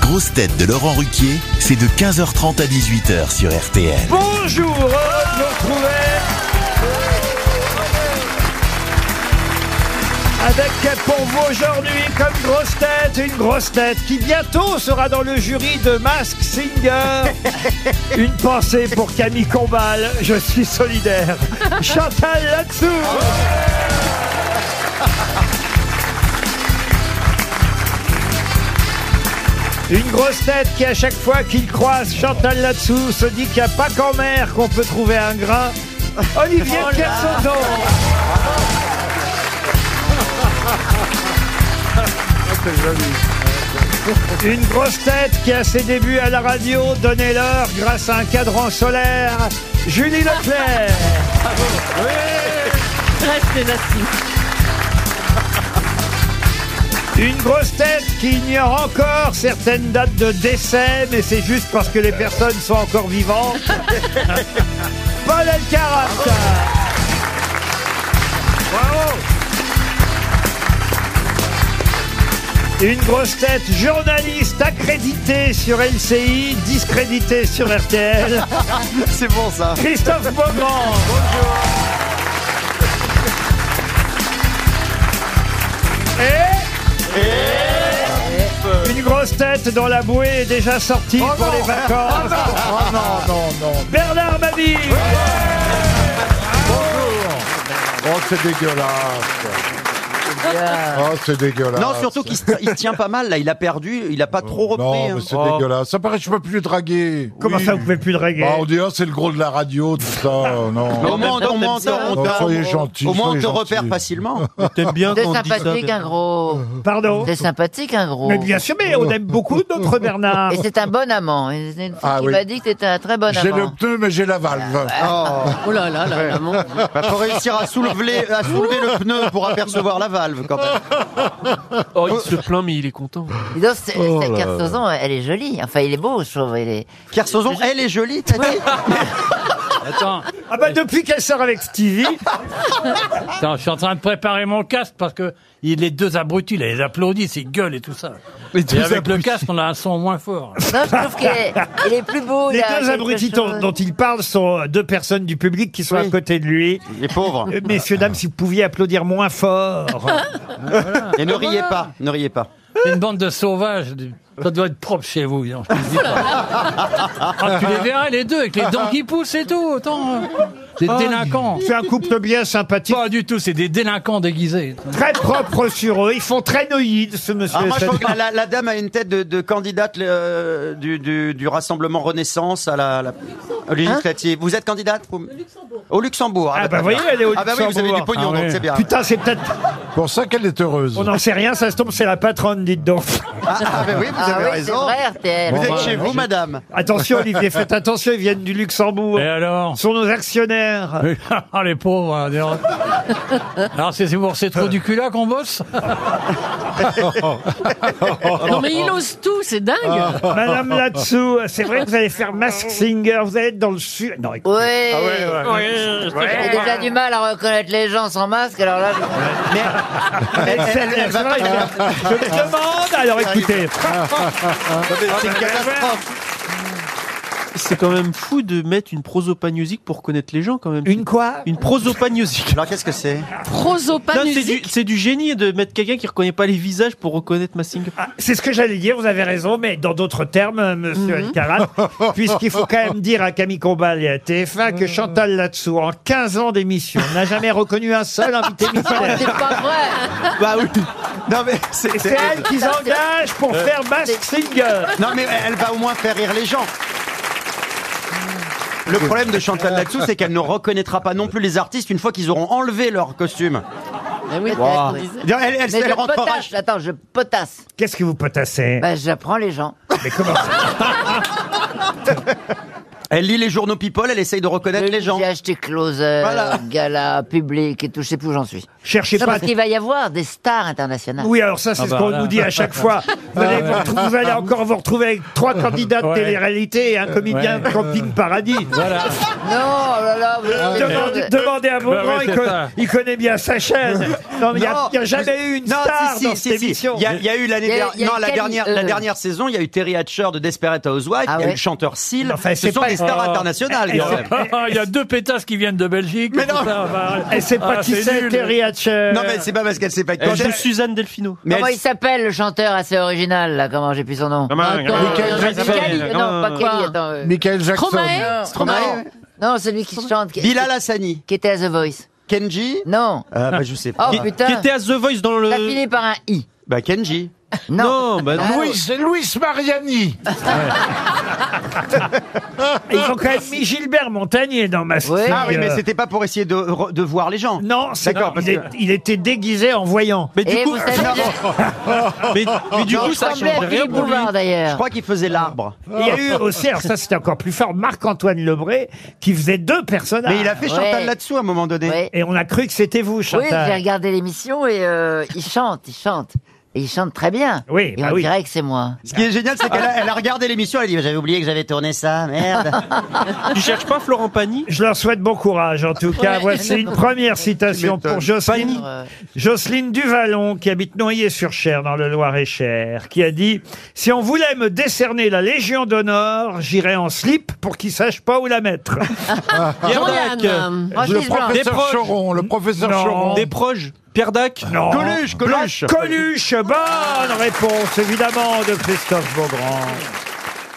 grosses têtes de Laurent Ruquier, c'est de 15h30 à 18h sur RTL. Bonjour, heureux de vous retrouver Avec pour vous aujourd'hui comme grosse tête, une grosse tête qui bientôt sera dans le jury de Mask Singer. Une pensée pour Camille Combal, je suis solidaire. Chantal là-dessous. Une grosse tête qui, à chaque fois qu'il croise Chantal là-dessous, se dit qu'il n'y a pas qu'en mer qu'on peut trouver un grain. Olivier Oh de là. Kersauzon. Une grosse tête qui, à ses débuts à la radio, donnait l'heure grâce à un cadran solaire, Julie Leclerc. Une grosse tête qui ignore encore certaines dates de décès, mais c'est juste parce que les personnes sont encore vivantes. Paul Elkarat. Bravo. Une grosse tête journaliste accréditée sur LCI, discréditée sur RTL. C'est bon ça. Christophe Beaugrand. Et une grosse tête dont la bouée est déjà sortie pour les vacances. Oh non, non, non. Bernard Mabille. Oh, c'est dégueulasse. Oh, c'est dégueulasse. Non, surtout qu'il se, il se tient pas mal là. Il a perdu, il a pas trop repris. Non, hein. mais c'est Oh. dégueulasse. Ça paraît que je peux plus draguer. Comment ça, vous Ah. pouvez plus le draguer Bah, on dit, oh, c'est le gros de la radio, tout ça. Oh, non. Mais au moins, on- on m'entend, on Non, t'a- soyez gentils, Au moins, on soyez te gentils. repère facilement. T'aimes bien T'es quand on dit ça sympathique, un gros. Pardon T'es sympathique, un gros. Mais bien sûr, mais on aime beaucoup notre Bernard. Et c'est un bon amant. Et c'est une fille Ah qui oui. m'a dit que t'étais un très bon J'ai le amant. pneu, mais j'ai la valve. Ah. Oh là là là, là mon Dieu. Bah, faut réussir à soulever, à soulever le pneu pour apercevoir la valve quand même. Oh, il se plaint, mais il est content. Dis donc, c'est- cette Kersozon, elle est jolie. Enfin, il est beau, je trouve. Il est... Kersozon, elle est jolie, t'as dit Attends, Ah bah depuis qu'elle sort avec Stevie, Ah, attends, je suis en train de préparer mon casque parce que il- les deux abrutis, là, ils applaudissent, ils gueulent et tout ça. Et avec le casque, on a un son moins fort. Non, je trouve qu'il est... il est plus beau. les il a deux quelque abrutis dont, chose. dont il parle sont deux personnes du public qui sont à côté de lui. Les pauvres. Euh, Messieurs, dames, si vous pouviez applaudir moins fort. Et ne riez pas, ne riez pas. C'est une bande de sauvages. du- Ça doit être propre chez vous. dis donc, je te le dis pas. Ah, tu les verras les deux avec les dents qui poussent et tout. Autant, euh, des délinquants. C'est un couple bien sympathique. Pas du tout, c'est des délinquants déguisés. Très propre sur eux. Ils font très noïdes, ce monsieur. Alors Ah, moi, je Cette- trouve que la, la- la dame a une tête de, de candidate euh, du, du- du Rassemblement Renaissance à la, la- aux législatives. vous êtes candidate vous Au Luxembourg. Ah, bah, très voyez, bien. elle est au Ah bah oui, vous avez du Luxembourg. pognon, Ah donc ouais. c'est bien. Putain, c'est peut-être. Ah. Pour ça qu'elle est heureuse. On n'en sait rien, ça se tombe, c'est la patronne, dites donc. Ah, ah, bah oui, vous Ah avez oui, c'est raison. vrai, RTL. Vous êtes chez vous, madame. Attention, Olivier, faites attention, ils viennent du Luxembourg. Et alors Ce sont nos actionnaires. Ah, les pauvres. hein, dis donc. Alors, c'est c'est pour ces trous du cul-là qu'on bosse Non mais il ose tout, c'est dingue. Madame là-dessous, c'est vrai que vous allez faire Mask Singer, vous allez être dans le sud. Non, écoute, Oui. J'ai Ouais. déjà du mal à reconnaître les gens sans masque, alors là, je- Elle, elle- elle va pas bien. je me demande. Alors écoutez, C'est une catastrophe. C'est quand même fou de mettre une prosopagnosie pour connaître les gens quand même. une quoi Une prosopagnosie. Alors qu'est-ce que c'est Là, c'est Prosopanusique. du, c'est du génie de mettre quelqu'un qui reconnaît pas les visages pour reconnaître ma single. Ah, C'est ce que j'allais dire, vous avez raison, mais dans d'autres termes, monsieur Mhm. Elkarat, puisqu'il faut quand même dire à Camille Combal et à TF1 Mhm. que Chantal là-dessous, en 15 ans d'émission, n'a jamais reconnu un seul invité mystère. C'est pas vrai. Bah oui. Non mais c'est- C'est c'est- Euh. elle qu'ils engagent pour faire Mask Singer. Non mais elle va au moins faire rire les gens. Le problème de Chantal Latsou, c'est qu'elle ne reconnaîtra pas non plus les artistes une fois qu'ils auront enlevé leur costume. Eh oui, Wow. peut-être, oui. Elle, elle, elle, Oh. mais elle je rentrera- potasse. Attends, je potasse. Qu'est-ce Bah. que vous potassez Bah, j'apprends les gens. Mais comment ça Elle lit les journaux People, elle essaye de reconnaître les gens. J'ai acheté Closer, Voilà. euh, Gala, Public et tout, je sais plus où j'en suis. Cherchez Non, pas. parce qu'il va y avoir des stars internationales. Oui, alors ça, c'est Ah ce bah, qu'on là. Ah nous dit à chaque fois. Vous allez, vous retrouver- vous allez encore vous retrouver avec trois candidats de Ouais. télé-réalité et un comédien de Camping Paradis. Voilà. Non, oh là là, vous- Demandez, demandez à Beaugrand, ouais, il, c'est co- ça. il connaît bien sa chaîne. Non, mais il n'y a, Non, il y a jamais eu une star si, si, dans si, cette si. émission. Il y a, il y a eu l'année Il y a- dernière, il y a non, la quel- dernière, la euh, dernière saison, il y a eu Terry Hatcher de Desperate Housewives, Ah il y a eu ouais. le chanteur Seal. Enfin, Ce c'est sont pas- Oh. des stars Ah. internationales, Et quand c'est- même. Il y a deux pétasses qui viennent de Belgique. Mais non. tout ça, bah, Elle sait pas ah, qui c'est, nul. Terry Hatcher. Non, mais c'est pas parce qu'elle sait pas qui Elle joue c'est. Euh, Suzanne Delfino. Mais Comment elle- il s'appelle le chanteur assez original là Comment j'ai plus son nom Euh, Kelly, Kelly, Non, pas non. Kelly, attends. euh, Michael Jackson. Stromae Non, Stromae non, celui qui chante, qui, Bilal Hassani, qui était à The Voice. Kenji. Non. Ah, bah, je sais Oh pas. Qui- Qui putain, était à The Voice dans le. ça finit par un I. Bah, Kenji. Non. Ah, Non, bah non. Louis, Ah, c'est Louis Mariani. Ils ont quand même mis Gilbert Montagnier dans ma Ouais. Ah oui, Euh, mais c'était pas pour essayer de, re- de voir les gens. Non, c'est D'accord, parce il, est- il était déguisé en voyant. Mais du Et coup, Eh, vous savez, mais, mais du coup, il ça ressemblait change à rien Philippe pour lui. Bouvard Je d'ailleurs. crois qu'il faisait l'arbre. Ah. Il y a Ah. eu aussi, alors ça c'était encore plus fort, Marc-Antoine Lebré qui faisait deux personnages. Mais il a fait Chantal Ouais. là-dessous à un moment donné. Ouais. Et on a cru que c'était vous, Oui, j'ai Chantal. regardé l'émission et euh, il chante, il chante. Et il chante très bien. Oui, et bah on oui. dirait que c'est moi. Ce qui est génial, c'est qu'elle a, elle a regardé l'émission, elle a dit J'avais oublié que j'avais tourné ça, merde. Tu cherches pas Florent Pagny Je leur souhaite bon courage, en tout cas. Ouais. Voici une première citation m'étonnes. pour Jocelyne, Euh, Jocelyne Duvalon, qui habite Noyers-sur-Cher, dans le Loir-et-Cher, qui a dit « Si on voulait me décerner la Légion d'honneur, j'irais en slip pour qu'ils sachent pas où la mettre. Pierre Dac. Jean-Yann. Le Francis Blanc. Des professeur proches. Choron. Le professeur Non. Choron. Des proches. Pierre Dac. » Non. Coluche, Coluche. Coluche, bonne réponse, évidemment, de Christophe Beaugrand.